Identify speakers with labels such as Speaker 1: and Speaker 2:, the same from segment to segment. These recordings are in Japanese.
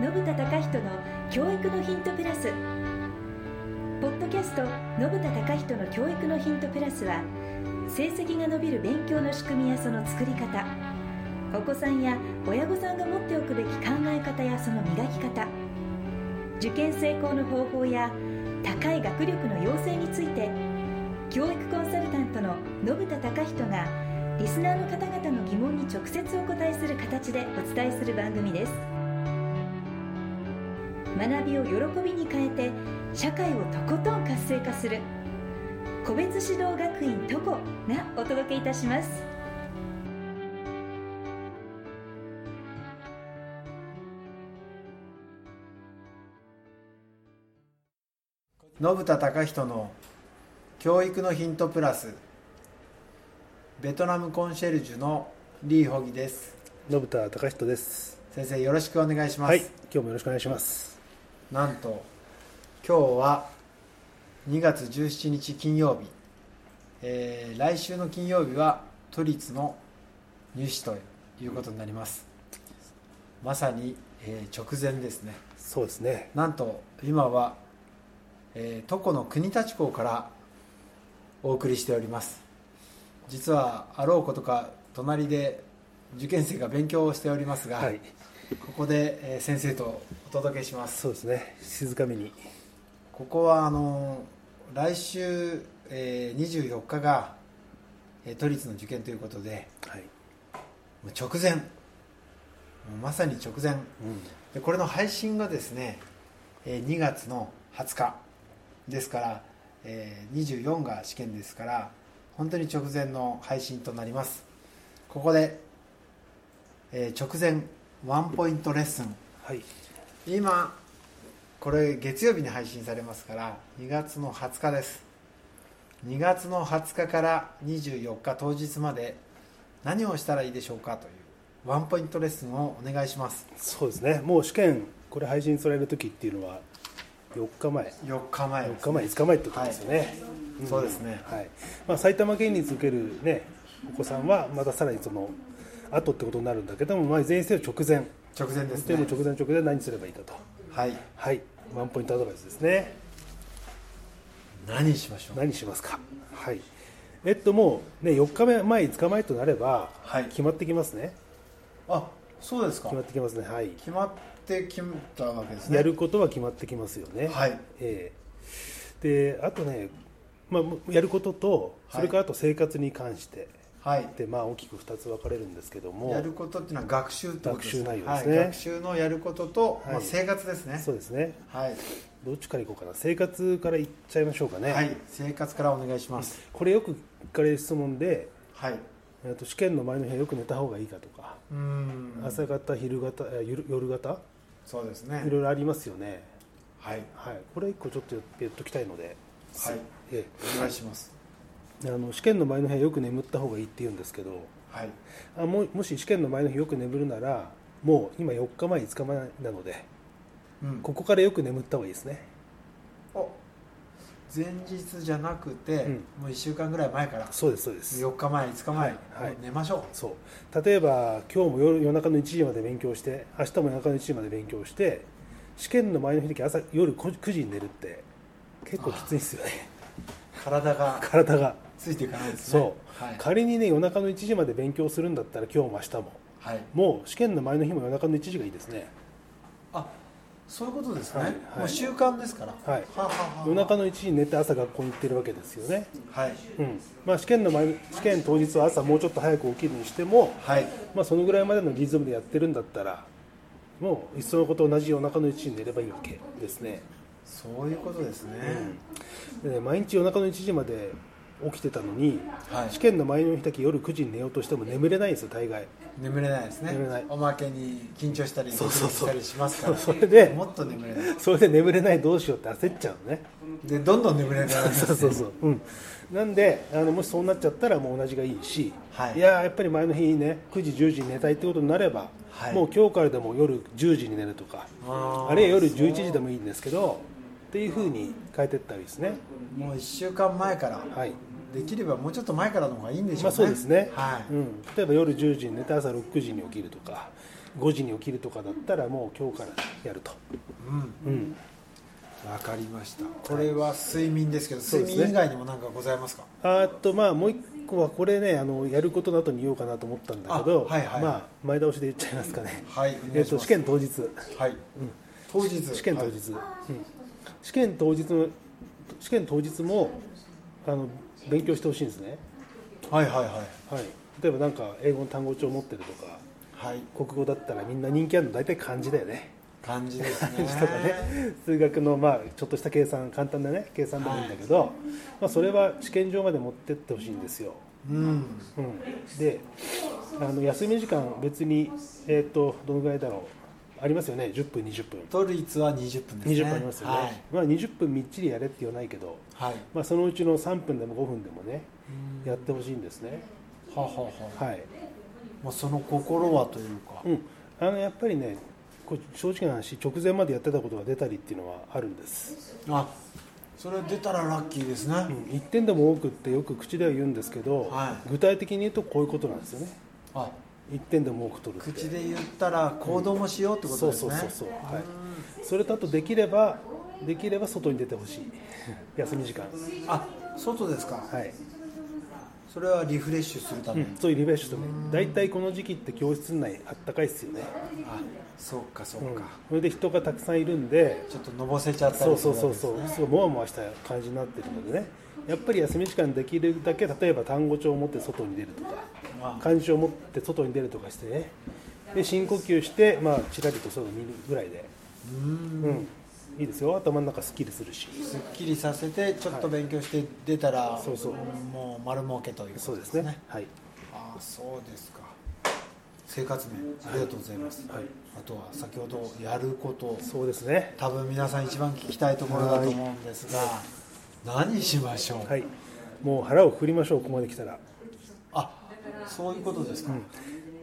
Speaker 1: 信田隆人の教育のヒントプラスポッドキャスト「信田隆人の教育のヒントプラスは」成績が伸びる勉強の仕組みやその作り方お子さんや親御さんが持っておくべき考え方やその磨き方受験成功の方法や高い学力の養成について教育コンサルタントの信田隆人がリスナーの方々の疑問に直接お答えする形でお伝えする番組です学びを喜びに変えて社会をとことん活性化する個別指導学院トコがお届けいたします
Speaker 2: 信田隆人の教育のヒントプラスベトナムコンシェルジュのリー・ホギです
Speaker 3: 信田隆人です。
Speaker 2: 先生よろしくお願いします、
Speaker 3: はい、今日もよろしくお願いします。
Speaker 2: なんと今日は2月17日金曜日、えー来週の金曜日は都立の入試ということになりますまさに、えー直前ですね
Speaker 3: そうですね。
Speaker 2: なんと今は、えー、床の国立校からお送りしております実はあろうことか隣で受験生が勉強をしておりますが、
Speaker 3: はい、
Speaker 2: ここで、えー先生とお届けします
Speaker 3: そうですね。静かめに。
Speaker 2: ここはあのー来週、えー24日が、えー都立の受験ということで
Speaker 3: はい。
Speaker 2: もう直前もうまさに直前
Speaker 3: う
Speaker 2: でこれの配信がですね、えー2月の20日ですから、えー24が試験ですから本当に直前の配信となりますここで、えー直前ワンポイントレッスン
Speaker 3: はい。
Speaker 2: 今これ月曜日に配信されますから2月の20日です2月の20日から24日当日まで何をしたらいいでしょうかというワンポイントレッスンをお願いします
Speaker 3: そうですね。もう試験これ配信される時っていうのは4日前、
Speaker 2: 4日前ですね
Speaker 3: 4日前、5日前ってことですよね。ん
Speaker 2: そうですね
Speaker 3: はい。まあ埼玉県立受けるねお子さんはまたさらにその後ってことになるんだけども、まあ全員生直前。
Speaker 2: 直前です
Speaker 3: でも
Speaker 2: ね
Speaker 3: 直前直前何すればいいかと。
Speaker 2: はい
Speaker 3: はい。ワンポイントアドバイスですね。
Speaker 2: 何しましょう
Speaker 3: 何しますかはいえっともうね4日目前5日前となれば、
Speaker 2: はい
Speaker 3: 決まってきますね
Speaker 2: あそうですか
Speaker 3: 決まってきますねはい
Speaker 2: 決まってきたわけですね
Speaker 3: やることは決まってきますよね
Speaker 2: はい
Speaker 3: ええであとね、まあ、もうやることと
Speaker 2: はい
Speaker 3: それからあと生活に関し
Speaker 2: はい
Speaker 3: て、でまあ大きく2つ分かれるんですけども
Speaker 2: やることっていうのは学習ってことですね
Speaker 3: 学習内容ですね
Speaker 2: はい、学習のやることと、ま
Speaker 3: は
Speaker 2: あ、
Speaker 3: い
Speaker 2: 生活ですね
Speaker 3: そうですね
Speaker 2: はい、
Speaker 3: どっちからいこうかな生活からいっちゃいましょうかね、
Speaker 2: はい、生活からお願いします、
Speaker 3: これよく聞かれる質問で
Speaker 2: はい
Speaker 3: えっと試験の前の日はよく寝た方がいいかとか、
Speaker 2: うーん
Speaker 3: 朝方昼方え夜夜方
Speaker 2: そうですね
Speaker 3: いろいろありますよね
Speaker 2: はい
Speaker 3: はい、これ一個ちょっとやっときたいので、
Speaker 2: はい
Speaker 3: え
Speaker 2: お願いします
Speaker 3: え、あの試験の前の日はよく眠った方がいいって言うんですけど
Speaker 2: はい
Speaker 3: あもうもし試験の前の日よく眠るならもう今4日前5日前なので
Speaker 2: うん
Speaker 3: ここからよく眠った方がいいですね
Speaker 2: お前日じゃなくて、
Speaker 3: うん
Speaker 2: もう1週間ぐらい前から
Speaker 3: そうですそうです
Speaker 2: 4日前5日前、
Speaker 3: はいはい
Speaker 2: もう寝ましょ
Speaker 3: そう例えば今日も夜夜中の1時まで勉強して明日も夜中の1時まで勉強して試験の前の日だけ朝夜9時に寝るって結構きついですよね
Speaker 2: う体が
Speaker 3: 体が
Speaker 2: ついていかないですね
Speaker 3: そう、
Speaker 2: はい、
Speaker 3: 仮にね夜中の1時まで勉強するんだったら今日も明日も
Speaker 2: はい、
Speaker 3: もう試験の前の日も夜中の1時がいいですね
Speaker 2: あそういうことですね、
Speaker 3: はい
Speaker 2: もう習慣ですから
Speaker 3: はい
Speaker 2: ははは
Speaker 3: 夜中の1時に寝て朝学校に行ってるわけですよね、
Speaker 2: はい
Speaker 3: うんまあ、試験の前試験当日は朝もうちょっと早く起きるにしても、
Speaker 2: はい
Speaker 3: まあ、そのぐらいまでのリズムでやってるんだったらもういっそのこと同じ夜中の1時に寝ればいいわけですね、
Speaker 2: そういうことですね、
Speaker 3: でね毎日夜中の1時まで起きてたのに、
Speaker 2: はい
Speaker 3: 試験の前の日だけ夜9時に寝ようとしても眠れないんですよ大概
Speaker 2: 眠れないですね
Speaker 3: 眠れない
Speaker 2: おまけに緊張したり
Speaker 3: そうそうそう
Speaker 2: ドキドキしたりしますから
Speaker 3: そうそれで
Speaker 2: もっと眠れない
Speaker 3: それで眠れないどうしようって焦っちゃうのね
Speaker 2: でどんどん眠れない
Speaker 3: そうそうそう、うん、なんであのもしそうなっちゃったらもう同じがいいし、
Speaker 2: はい
Speaker 3: やーやっぱり前の日にね9時10時に寝たいってことになれば、
Speaker 2: はい
Speaker 3: もう今日からでも夜10時に寝るとか
Speaker 2: あ
Speaker 3: あるいは夜11時でもいいんですけどっていうふうに変えていったらいいですね
Speaker 2: もう1週間前から、
Speaker 3: はい、
Speaker 2: できればもうちょっと前からの方がいいんでしょうね、
Speaker 3: まあ、そうですね、
Speaker 2: はい
Speaker 3: うん、例えば夜10時に寝て朝6時に起きるとか5時に起きるとかだったらもう今日からやると、うん、
Speaker 2: わかりましたこれは睡眠ですけど
Speaker 3: そう
Speaker 2: 睡
Speaker 3: ですね
Speaker 2: 眠以外にも何かございますか
Speaker 3: あとまあもう一個はこれねあのやることの後に言おうかなと思ったんだけど
Speaker 2: あはいはい
Speaker 3: まあ、前倒しで言っちゃいますかね、
Speaker 2: はいお
Speaker 3: え
Speaker 2: 願い
Speaker 3: っ
Speaker 2: し
Speaker 3: と
Speaker 2: ます
Speaker 3: 試験当日
Speaker 2: はい、当日
Speaker 3: 試験当
Speaker 2: はい
Speaker 3: 日、うん試験当日の試験当日もあの勉強してほしいんですね、
Speaker 2: はいはいはい
Speaker 3: はい、例えばなんか英語の単語帳持ってるとか
Speaker 2: はい
Speaker 3: 国語だったらみんな人気あるの大体漢字だよね
Speaker 2: 感じですね
Speaker 3: とかね数学のまあちょっとした計算簡単なね計算でもいいんだけど、まあ、それは試験場まで持ってってほしいんですよ、
Speaker 2: うん
Speaker 3: うん、であの休み時間別に、えー、とどのぐらいだろうありますよね10分20分
Speaker 2: 都立は20分ですね
Speaker 3: 20分ありますよね、まあ、20分みっちりやれって言わないけど、
Speaker 2: はい、はい、
Speaker 3: まあ、そのうちの3分でも5分でもねやってほしいんですね
Speaker 2: はははは、
Speaker 3: はい、
Speaker 2: まあ、その心はというか、
Speaker 3: うん、あのやっぱりねこう正直な話直前までやってたことが出たりっていうのはあるんです、
Speaker 2: あそれ出たらラッキーですね、
Speaker 3: うん、1点でも多くってよく口では言うんですけど、
Speaker 2: はい
Speaker 3: 具体的に言うとこういうことなんですよね
Speaker 2: あ
Speaker 3: 1点でも多く取るって
Speaker 2: 口で言ったら行動もしようってこと
Speaker 3: そう
Speaker 2: です
Speaker 3: そ
Speaker 2: ね、
Speaker 3: うそうそう、はい、それとあとできればできれば外に出てほしい休み時間
Speaker 2: あ外ですか、
Speaker 3: はい、
Speaker 2: それはリフレッシュするた
Speaker 3: う
Speaker 2: め、
Speaker 3: ん、そういうリフレッシュとね大体この時期って教室内あったかいっすよね、
Speaker 2: あそうかそう
Speaker 3: う
Speaker 2: か、
Speaker 3: ん、それで人がたくさんいるんで
Speaker 2: ちょっとのぼせちゃった
Speaker 3: そう
Speaker 2: りす
Speaker 3: そ
Speaker 2: る
Speaker 3: う
Speaker 2: わけ
Speaker 3: そう
Speaker 2: です
Speaker 3: そうすごいもわもわした感じになってるのでねやっぱり休み時間できるだけ例えば単語帳を持って外に出ると
Speaker 2: あ
Speaker 3: か漢字を持って外に出るとかしてねで深呼吸して、まあ、ちらりと外見るぐらいで、
Speaker 2: うーん
Speaker 3: うん、いいですよ頭の中すっきりするし
Speaker 2: すっきりさせてちょっと勉強して出たら、
Speaker 3: そうそう
Speaker 2: もう丸儲けということ
Speaker 3: そうですねはい、
Speaker 2: ああそうですか生活面ありがとうございます、
Speaker 3: はい、
Speaker 2: あとは先ほどやること
Speaker 3: そうですね
Speaker 2: 多分皆さん一番聞きたいところだと思うんですが、何しましょう、
Speaker 3: はいもう腹をくくりましょうここまで来たら
Speaker 2: あそういうことですか、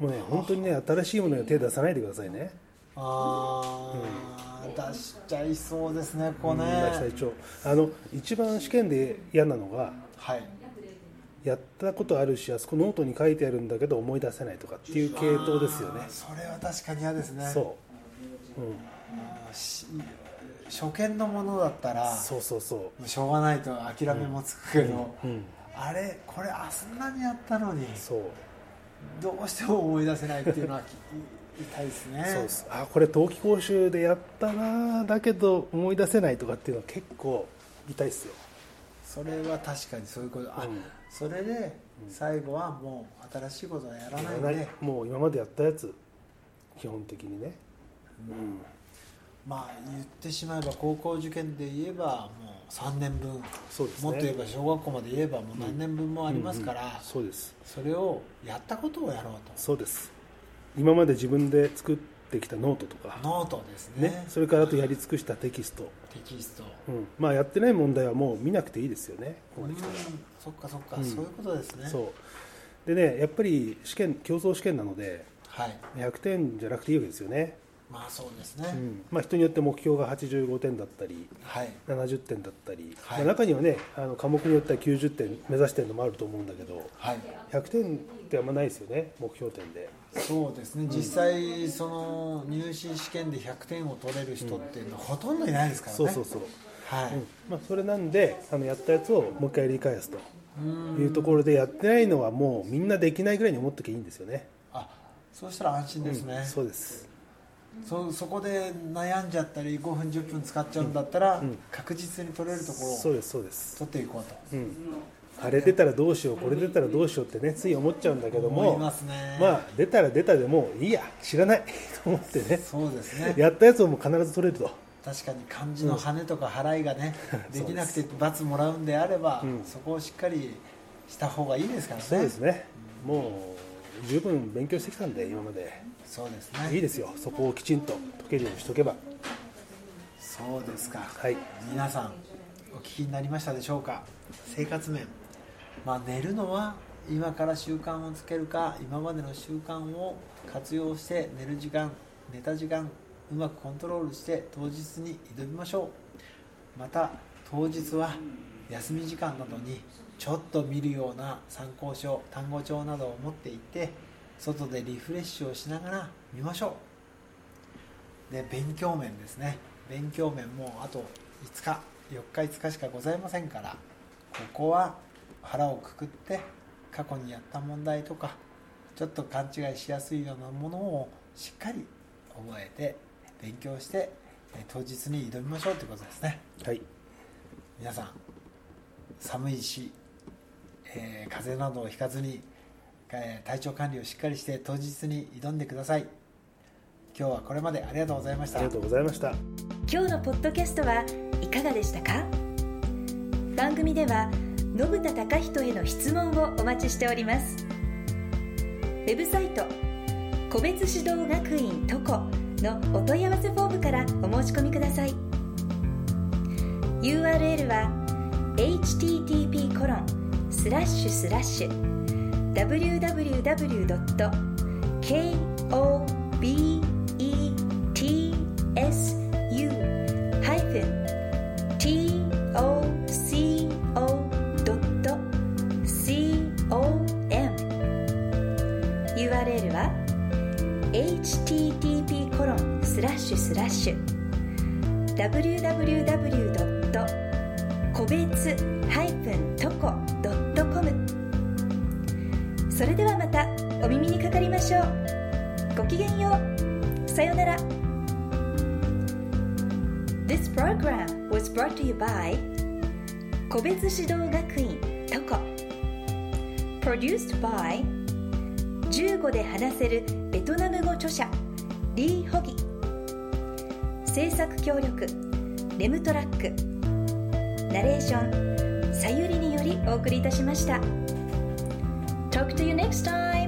Speaker 3: もうね本当にね新しいものには手出さないでくださいね
Speaker 2: ああ、出しちゃいそうですねこうね、
Speaker 3: 最長あの一番試験で嫌なのが
Speaker 2: はい
Speaker 3: やったことあるしあそこノートに書いてあるんだけど思い出せないとかっていう系統ですよね
Speaker 2: それは確かに嫌ですね
Speaker 3: そう、うん、
Speaker 2: あーし初見のものだったら
Speaker 3: そうそうそ
Speaker 2: もうしょうがないと諦めもつくけど、
Speaker 3: ううん
Speaker 2: あれこれあそんなにやったのに
Speaker 3: そう
Speaker 2: どうしても思い出せないっていうのはき痛いですね
Speaker 3: そうですあこれ冬季講習でやったなだけど思い出せないとかっていうのは結構痛いっすよ
Speaker 2: それは確かにそういうことあ、
Speaker 3: うん
Speaker 2: それで最後はもう新しいことはやらな
Speaker 3: や
Speaker 2: い
Speaker 3: ら
Speaker 2: で、
Speaker 3: ないもう今までやったやつ基本的にね
Speaker 2: まあ言ってしまえば高校受験で言えばもう3年分、
Speaker 3: そうですね
Speaker 2: もっと言えば小学校まで言えばもう何年分もありますから、
Speaker 3: うんうんそうです
Speaker 2: それをやったことをやろうと
Speaker 3: そうです今まで自分で作ってきたノートとか
Speaker 2: ノートですね
Speaker 3: ね、それからあとやり尽くしたテキスト、
Speaker 2: テキスト
Speaker 3: うんまあ、やってない問題はもう見なくていいですよね、ここまで来た
Speaker 2: う
Speaker 3: ら
Speaker 2: んそっかそっか、
Speaker 3: ん
Speaker 2: そういうことですね
Speaker 3: そうでね、やっぱり試験競争試験なので、
Speaker 2: はい
Speaker 3: 100点じゃなくていいわけですよね、
Speaker 2: まあそうですね、
Speaker 3: うんまあ、人によって目標が85点だったり、
Speaker 2: はい
Speaker 3: 70点だったり、
Speaker 2: はい
Speaker 3: まあ中にはね、あの科目によっては90点目指してるのもあると思うんだけど、
Speaker 2: はい
Speaker 3: 100点ってあんまないですよね、目標点で。
Speaker 2: そうですね実際その入試試験で100点を取れる人っていうのはほとんどいないですからね
Speaker 3: そうそうそう、
Speaker 2: はい、
Speaker 3: うんまあ、それなんであのやったやつをもう一回やり返すと
Speaker 2: うん
Speaker 3: いうところでやってないのはもうみんなできないぐらいに思っときゃいいんですよね
Speaker 2: あそうしたら安心ですね、
Speaker 3: うんそうです
Speaker 2: そそこで悩んじゃったり5分10分使っちゃうんだったら、確実に取れるところを
Speaker 3: そうですそうです、
Speaker 2: 取っていこうと
Speaker 3: うん、あれ出たらどうしようこれ出たらどうしようってねつい思っちゃうんだけど
Speaker 2: 思
Speaker 3: も
Speaker 2: いますね
Speaker 3: まあ出たら出たでもういいや知らないと思ってね
Speaker 2: そうですね
Speaker 3: やったやつをもう必ず取れると
Speaker 2: 確かに漢字の羽とか払いがね、できなくて罰もらうんであれば、
Speaker 3: ん
Speaker 2: そこをしっかりした方がいいですからね
Speaker 3: そうですねもう十分勉強してきたんで今まで
Speaker 2: そうです
Speaker 3: いい
Speaker 2: ね
Speaker 3: ですよそこをきちんと解けるようにしとけば
Speaker 2: そうですか、
Speaker 3: はい
Speaker 2: 皆さんお聞きになりましたでしょうか生活面まあ寝るのは今から習慣をつけるか今までの習慣を活用して寝る時間寝た時間うまくコントロールして当日に挑みましょうまた当日は休み時間などにちょっと見るような参考書単語帳などを持っていって外でリフレッシュをしながら見ましょうで勉強面ですね勉強面もあと5日4日5日しかございませんからここは腹をくくって過去にやった問題とかちょっと勘違いしやすいようなものをしっかり覚えて勉強してえー当日に挑みましょうということですね
Speaker 3: はい
Speaker 2: 皆さん寒いし、えー風邪などをひかずに、えー体調管理をしっかりして当日に挑んでください今日はこれまでありがとうございまし
Speaker 3: あ
Speaker 2: た
Speaker 3: りがとうございました
Speaker 1: 今日のポッドキャストはいかがでしたか番組では信田貴人への質問をお待ちしておりますウェブサイト個別指導学院トコのお問い合わせフォームからお申し込みください URL は http コロンスラッシュスラッシュ www. kobetsu-toco.jp は http コロンスラッシュスラッシュ www. 個別 -toco.com それではまたお耳にかかりましょうごきげんようさようなら This program was brought to you by 個別指導学院トコ Produced by 15で話せるベトナム語著者リー・ホギ制作協力レムトラックナレーションさゆりによりお送りいたしました Talk to you next time!